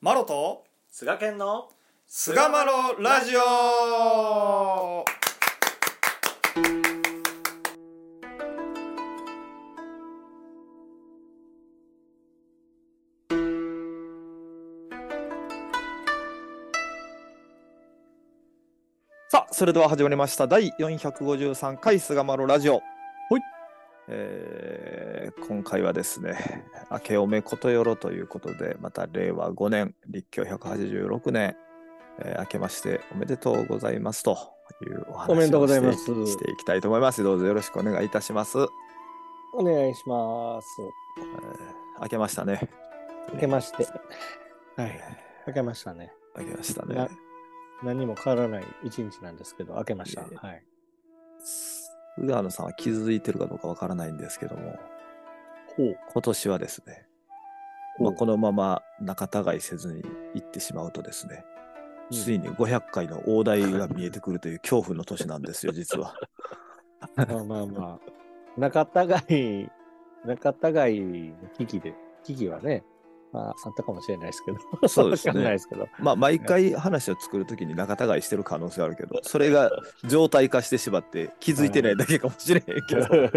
マロと菅健の菅マロラジオさあそれでは始まりました第453回菅マロラジオほいえー今回はですね 明けおめことよろということでまた令和5年立教186年、えー明けましておめでとうございますというお話をおめでとうございますしてしていきたいと思いますどうぞよろしくお願いいたします、お願いします。えー明けましたね明けまして。はい。え明けましたね。ー明けましたねな何も変わらない一日なんですけど、明けました。いえいえはい。宇川野さんは気づいてるかどうかわからないんですけどもほう。今年はですね、ほうまあ、このまま仲違いせずに行ってしまうとですね、うんついに500回の大台が見えてくるという恐怖の年なんです よ、実は。まあまあ まあ。仲違い、仲違いの危機で、危機はね、まあ、あったかもしれないですけ ど、そうですね わかんないですけど。まあ、毎回話を作るときに仲違いしてる可能性はあるけ ど、それが常態化してしまって気づいてないだけかもしれへんけまあ、ど、でも、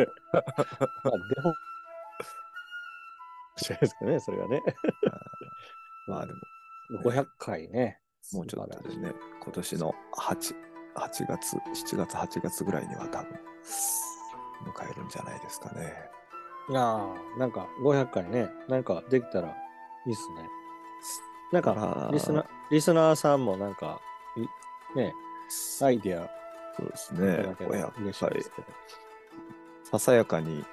知らないですけどね、それがね。 まあでも、 500回ね。もうちょっとですね、今年の8、8月、7月、8月ぐらいには多分、迎えるんじゃないですかね。ああ、なんか500回ね、なんかできたらいいっすね。なだんか、からリスナー、リスナーさんもなんか、いね、アイディアそうですいねただ、けたら嬉し500い回ですけど。ささやかに、や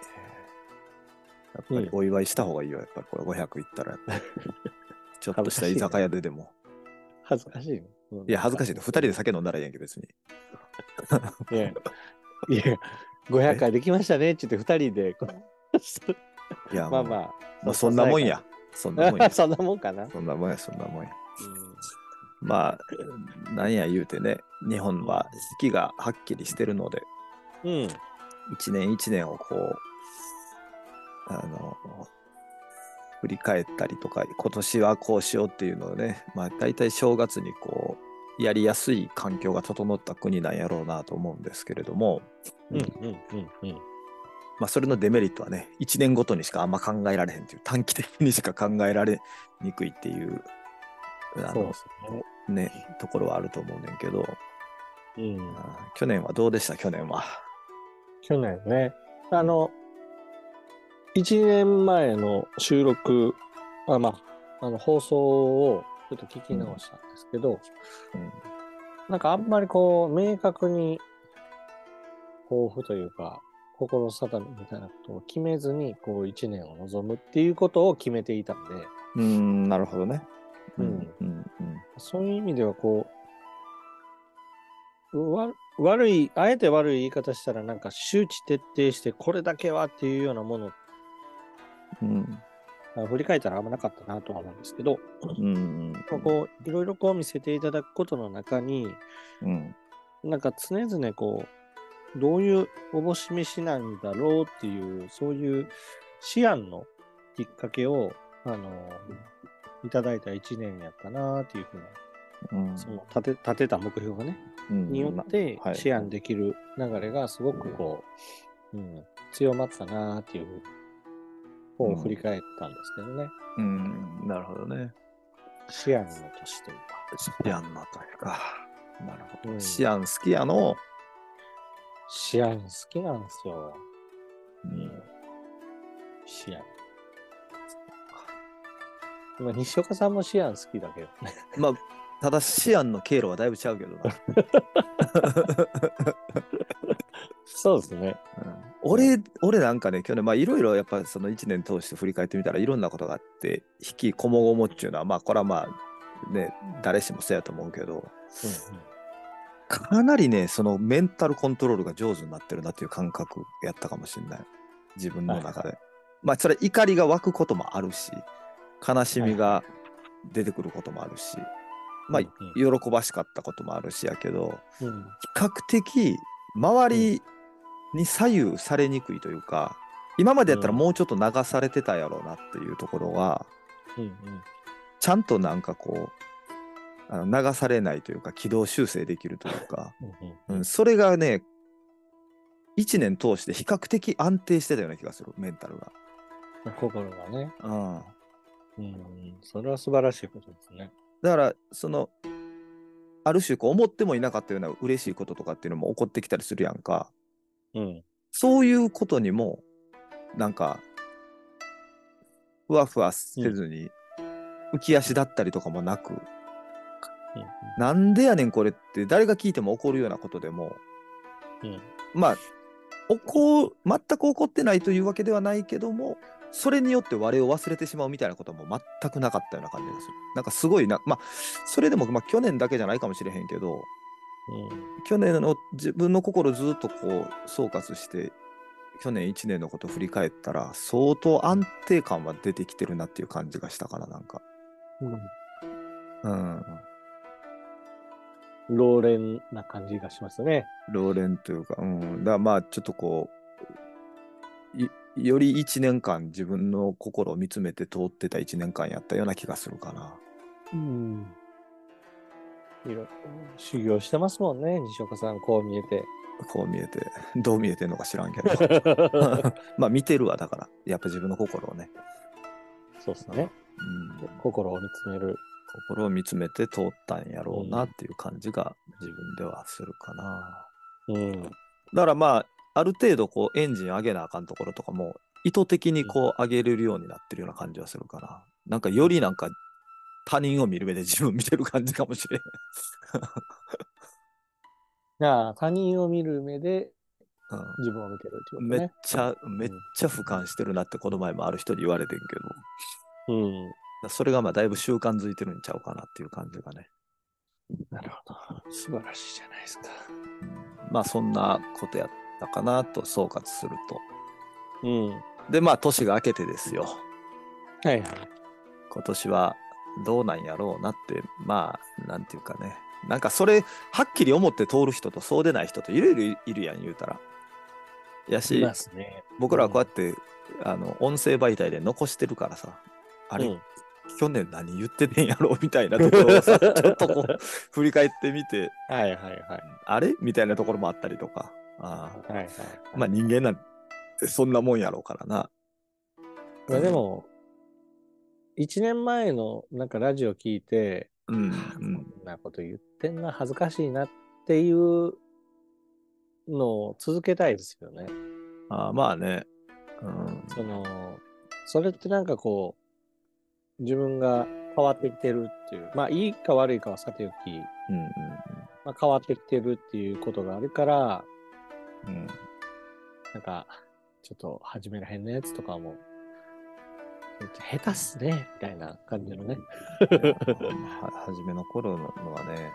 っぱうりんお祝いした方がいいよ、やっぱりこれ500い ったら、やっぱりちょっとした恥居ずかしいね酒屋ででも。恥ずかしいね。うんいや、恥ずかしいの。2人で酒飲んだらいいやんけ、別に。いや、いや、500回できましたねって言って、2人 でこう、いや、まあもうまあ、。もうそんなもんや。そんなもんや そんなもんかな。そんなもんや、そんなもんや。まあ、なんや言うてね、日本は四季がはっきりしてるので、うん。一年一年をこう、あの、振り返ったりとか、今年はこうしようっていうのをね、まあ大体正月にこう、やりやすい環境が整った国なんやろうなと思うんですけれども、うん。うん。うん。うん。まあそれのデメリットはね、一年ごとにしかあんま考えられへんっていう、短期的にしか考えられにくいっていう、あそうでのすね。ね、ところはあると思うねんけど、うん。あー去年はどうでした去年は。去年ねあの1年前の収録あまああの放送をちょっと聞き直したんですけど、うんなんかあんまりこう明確に抱負というか心定めみたいなことを決めずにこう1年を望むっていうことを決めていたんでうーん、なるほどね。うんうん、うん。そういう意味ではこううわ悪いあえて悪い言い方したらなんか周知徹底してこれだけはっていうようなものうんあ振り返ったらあんまなかったなとは思うんですけど、うんまあこういろいろこう見せていただくことの中に、うんなんか常々こう、どういうおぼし飯なんだろうっていう、そういう思案のきっかけを、あの、いただいた1年やったなっていうふううんな、その立て立てた目標がね、うんによってはい思案できる流れがすごくこう、うん、強まったなっていう方を振り返ったんですけどね、うん、なるほどね。思案の年というか。シアンのというか。なるほうど。んシアン好きやの。シアン好きなんですよ。うんシアン。まあ、西岡さんもシアン好きだけどね。まあ、ただシアンの経路はだいぶ違うけどな。 そうですね。うん俺、俺なんかね、去年、まあいろいろやっぱその1年通して振り返ってみたらいろんなことがあって、引きこもごもっていうのは、まあこれはまあね、誰しもそうやと思うけど、かなりね、そのメンタルコントロールが上手になってるなっていう感覚やったかもしれない。自分の中で。まあ、それ怒りが湧くこともあるし、悲しみが出てくることもあるし、まあ、喜ばしかったこともあるしやけど、うん、比較的周りに左右されにくいというか、今までやったらもうちょっと流されてたやろうなっていうところは、うん、うん。ちゃんとなんかこう、あの流されないというか、軌道修正できるというか、うん、それがね、1年通して比較的安定してたような気がする、メンタルが。心がね、うん、うん、それは素晴らしいことですね。だから、その、ある種こう思ってもいなかったような嬉しいこととかっていうのも起こってきたりするやんか。うん、そういうことにも、なんか、ふわふわせずに、浮き足だったりとかもなく、なんでやねんこれって誰が聞いても怒るようなことでも、うん、うん、まあ、怒、全く怒ってないというわけではないけども、それによって我を忘れてしまうみたいなことも全くなかったような感じがする。なんかすごいな、まあ、それでも、まあ、去年だけじゃないかもしれへんけど、うん、去年の自分の心ずっとこう総括して去年1年のこと振り返ったら相当安定感は出てきてるなっていう感じがしたからなんかうん老練な感じがしますね。老練というかうんだからまあちょっとこういより1年間自分の心を見つめて通ってた1年間やったような気がするかなうん。いろいろ修行してますもんね、西岡さん、こう見え て。こう見えて どう見えてんのか知らんけ どまあ見てるわだからやっぱ自分の心をね、そうっすね。うん、心を見つめる。心を見つめて通ったんやろうなっていう感じが自分ではするかな。うん。だからまあ、ある程度こうエンジン上げなあかんところとかも意図的にこう上げれるようになってるような感じはするかな。なんかよりなんか他人を見る目で 自分見てる感じかもしれん。じゃあ、他人を見る目で自分を見てるってうこん、とめっね。ちゃ、めっちゃ俯瞰してるなってこの前もある人に言われてんけど、だかうん。らそれがまあだいぶ習慣づいてるんちゃうかなっていう感じがね。なるほど。素晴らしいじゃないですか。まあそんなことやったかなと総括すると。うん。はでまあ年が明けてですよ。いはい。今年はどうなんやろうなってまあなんていうかねなんかそれはっきり思って通る人とそうでない人といろいろいるやん言うたらやし、いますね。僕らはこうやって、あの音声媒体で残してるからさあれ、うん去年何言ってねんやろ みたいなところ をさちょっとこう振り返ってみてはいはいはい。あれみたいなところもあったりとかあはいはい。あまあ人間なんてそんなもんやろうからなまあでも、1年前のなんかラジオ聞いて、うん、こ うん、んなこと言ってんな、恥ずかしいなっていうのを続けたいですよね。ああまあねうんその、それってなんかこう、自分が変わってきてるっていう、まあいいか悪いかはさておき、うんまあ、変わってきてるっていうことがあるから、うんうんなんか、ちょっと始めらへんのやつとかも、めっちゃ下手っすね、みたいな感じのね。いや は初めの頃ののはね、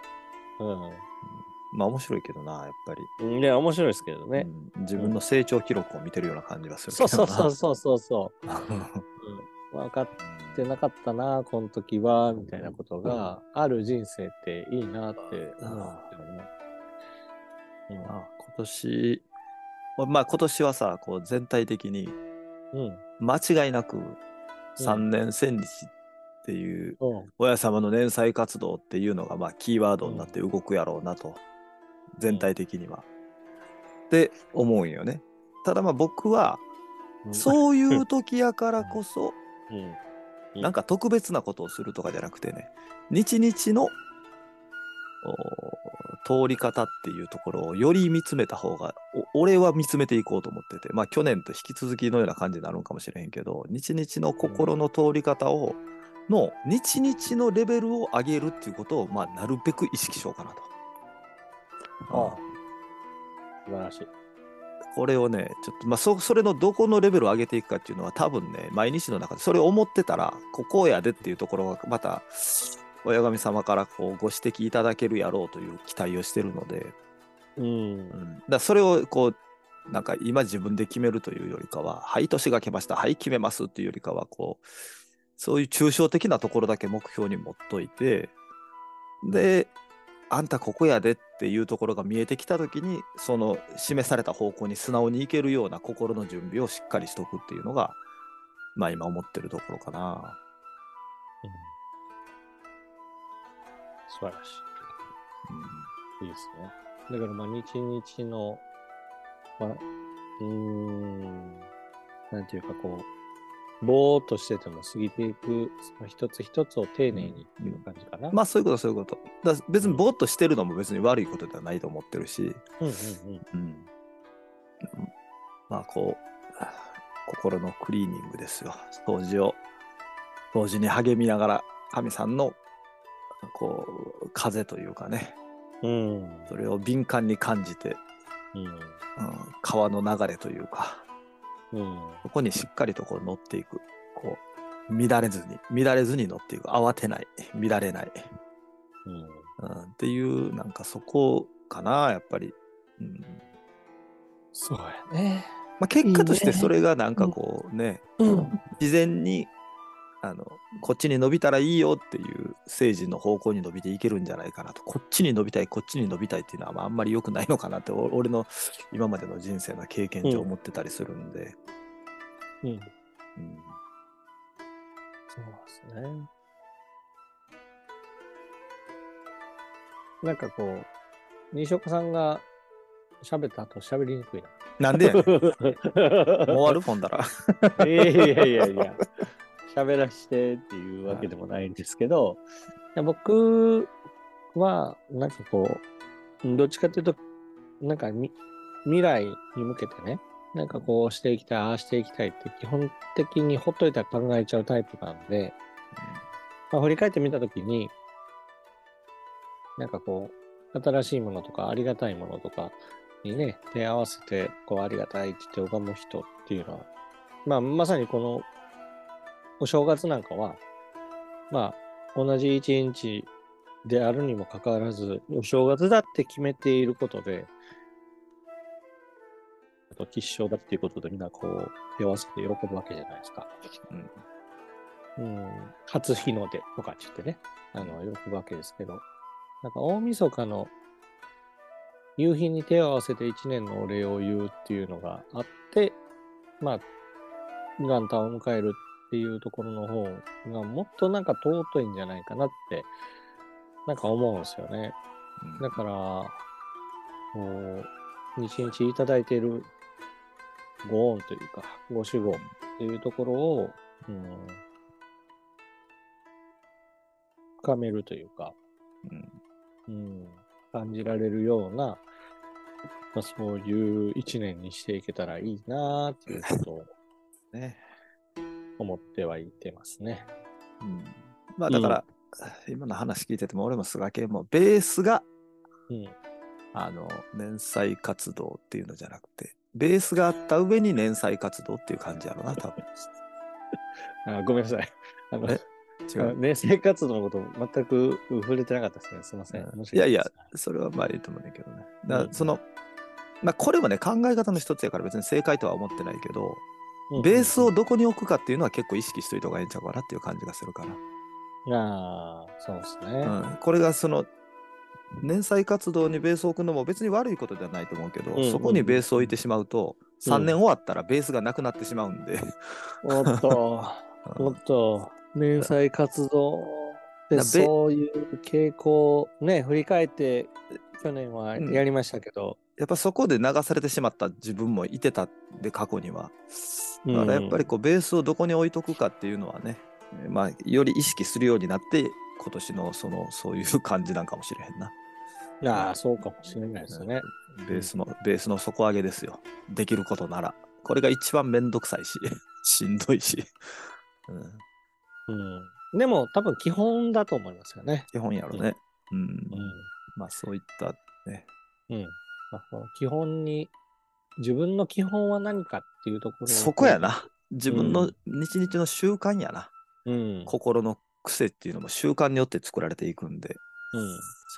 まあ面白いけどな、やっぱり、うん。いや、面白いですけどね。うん自分の成長記録を見てるような感じがするけどそうな。そうそうそうそうそ うう。分かってなかったな、この時は、みたいなことが、ある人生っていいなって思ってるね。んまあ今年、まあ今年はさ、こう全体的にうん。うん。間違いなく3年千日っていう、うん親様の年祭活動っていうのがまあキーワードになって動くやろうなと、全体的には。って思うんよね。ただまあ僕は、うんそういう時やからこそ、うん。うんなんか特別なことをするとかじゃなくてね、日々のお通り方っていうところをより見つめた方が、お俺は見つめていこうと思ってて、まあ去年と引き続きのような感じになるんかもしれへんけど、日々の心の通り方を、の日々のレベルを上げるっていうことを、まあなるべく意識しようかなと。ああ素晴らしい。これをね、ちょっと、まあ、そそれのどこのレベルを上げていくかっていうのは、多分ね、毎日の中で、それを思ってたら、ここやでっていうところが、また、親神様からこうご指摘いただけるやろうという期待をしてるので、うんう。ん、だからそれをこう、なんか今自分で決めるというよりかは、はい、年が来ました、はい、決めますっていうよりかは、こう、そういう抽象的なところだけ目標に持っといて、で、あんたここやでっていうところが見えてきたときに、その示された方向に素直に行けるような心の準備をしっかりしとくっていうのが、まあ今思ってるところかな。素晴らしい。いいですね。だから、まあ、日日の、まあ、うーん、なんていうか、こう、ぼーっとしてても過ぎていく、まあ、一つ一つを丁寧にっていう感じかな。まあそういうことそういうこと。だから別にぼーっとしてるのも別に悪いことではないと思ってるし、うんうんうん。うん、まあこう、はあ心のクリーニングですよ。掃除を、掃除に励みながら、神さんの、こう、風というかね、うん。それを敏感に感じて、うん。うん、川の流れというか、うん。そこにしっかりとこう乗っていく。こう、乱れずに、乱れずに乗っていく。慌てない、乱れない。うん。うん、っていう、なんかそこかな、やっぱり。うんそうやね。まあ、結果としいていねそれがなんかこうね、うん。事前にあのこっちに伸びたらいいよっていう政治の方向に伸びていけるんじゃないかなとこっちに伸びたいこっちに伸びたいっていうのはまああんまり良くないのかなってお俺の今までの人生の経験上思ってたりするんで、うん。うんそうですね。なんかこう、西岡さんが喋った後喋りに くいな。なんでやねんもう終終わるほんだらいやいやいやいや、 喋らしてっていうわけでもないんですけど、いや僕は、なんかこう、どっちかっていうと、なんかみ未来に向けてね、なんかこうしていきたい、ああしていきたいって基本的にほっといたら考えちゃうタイプなんで、まあ、振り返ってみたときに、なんかこう、新しいものとかありがたいものとかにね、手合わせて、こう、ありがたいって言って拝む人っていうのは、まあ、まさにこの、お正月なんかは、まあ、同じ一日であるにもかかわらず、お正月だって決めていることで、あと、吉祥だっていうことで、みんなこう、手を合わせて喜ぶわけじゃないですか。うんうん、初日の出とかって言ってね、あの、喜ぶわけですけど、なんか大晦日の夕日に手を合わせて一年のお礼を言うっていうのがあって、まあ、元旦を迎えるっていうところの方がもっとなんか尊いんじゃないかなって、なんか思うんですよね。うんだから、もう、日々いただいているご恩というか、ご主語っていうところを、うん、深めるというか、うんうん、感じられるような、まあ、そういう一年にしていけたらいいなっていうことをね思ってはいてますね。うんまあだから、今の話聞いてても俺も菅家もベースがうん。あの年祭活動っていうのじゃなくてベースがあった上に年祭活動っていう感じやろな多分あごめんなさい。あのえ、違うね、生活のこと全く触れてなかったですね。すいません。うん申しいや訳いやなです、それはまあいいと思うんだけどね。だうんその、まあ、これもね、考え方の一つやから別に正解とは思ってないけど、うんベースをどこに置くかっていうのは結構意識しといた方がいいんちゃうかなっていう感じがするかああ、そうですね。ら。うん、これがその、年祭活動にベースを置くのも別に悪いことではないと思うけど、うんそこにベースを置いてしまうと、うん3年終わったらベースがなくなってしまうんで、おっ と、おっと、連載活動でなべそういう傾向、ね、振り返って、去年はうんやりましたけど、やっぱそこで流されてしまった自分もいてたんで過去にはうんだからやっぱりこうベースをどこに置いとくかっていうのはね、えーまあ、より意識するようになって今年のそのそういう感じなんかもしれへんなああ、そうかもしれないですね。ベースの、ベースの底上げですよできることならこれが一番めんどくさいし しんどいし、うん、うん。でも、多分基本だと思いますよね。基本やろね、うんまあそういったうん。うん。まあ、この基本に、自分の基本は何かっていうところをそこや。な自分の日々の習慣やな、うん。心の癖っていうのも習慣によって作られていくんで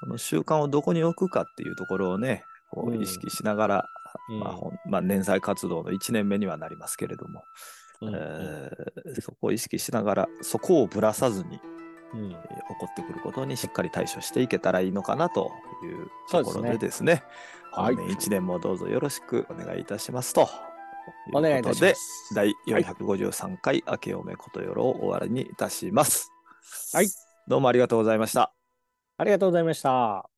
その習慣をどこに置くかっていうところをね、こううん意識しながら、うん。まあほんまあ、年祭活動の1年目にはなりますけれども、うん、えーそこを意識しながら、そこをぶらさずに、うんうんえー起こってくることにしっかり対処していけたらいいのかなというそうとこですねろでですね、はい本年1年もどうぞよろしくお願いいたしますと。お願いいたしとうまこす。とで、第453回、明けおめことよろを終わりにいたします。はい。どうもありがとうございました。ありがとうございました。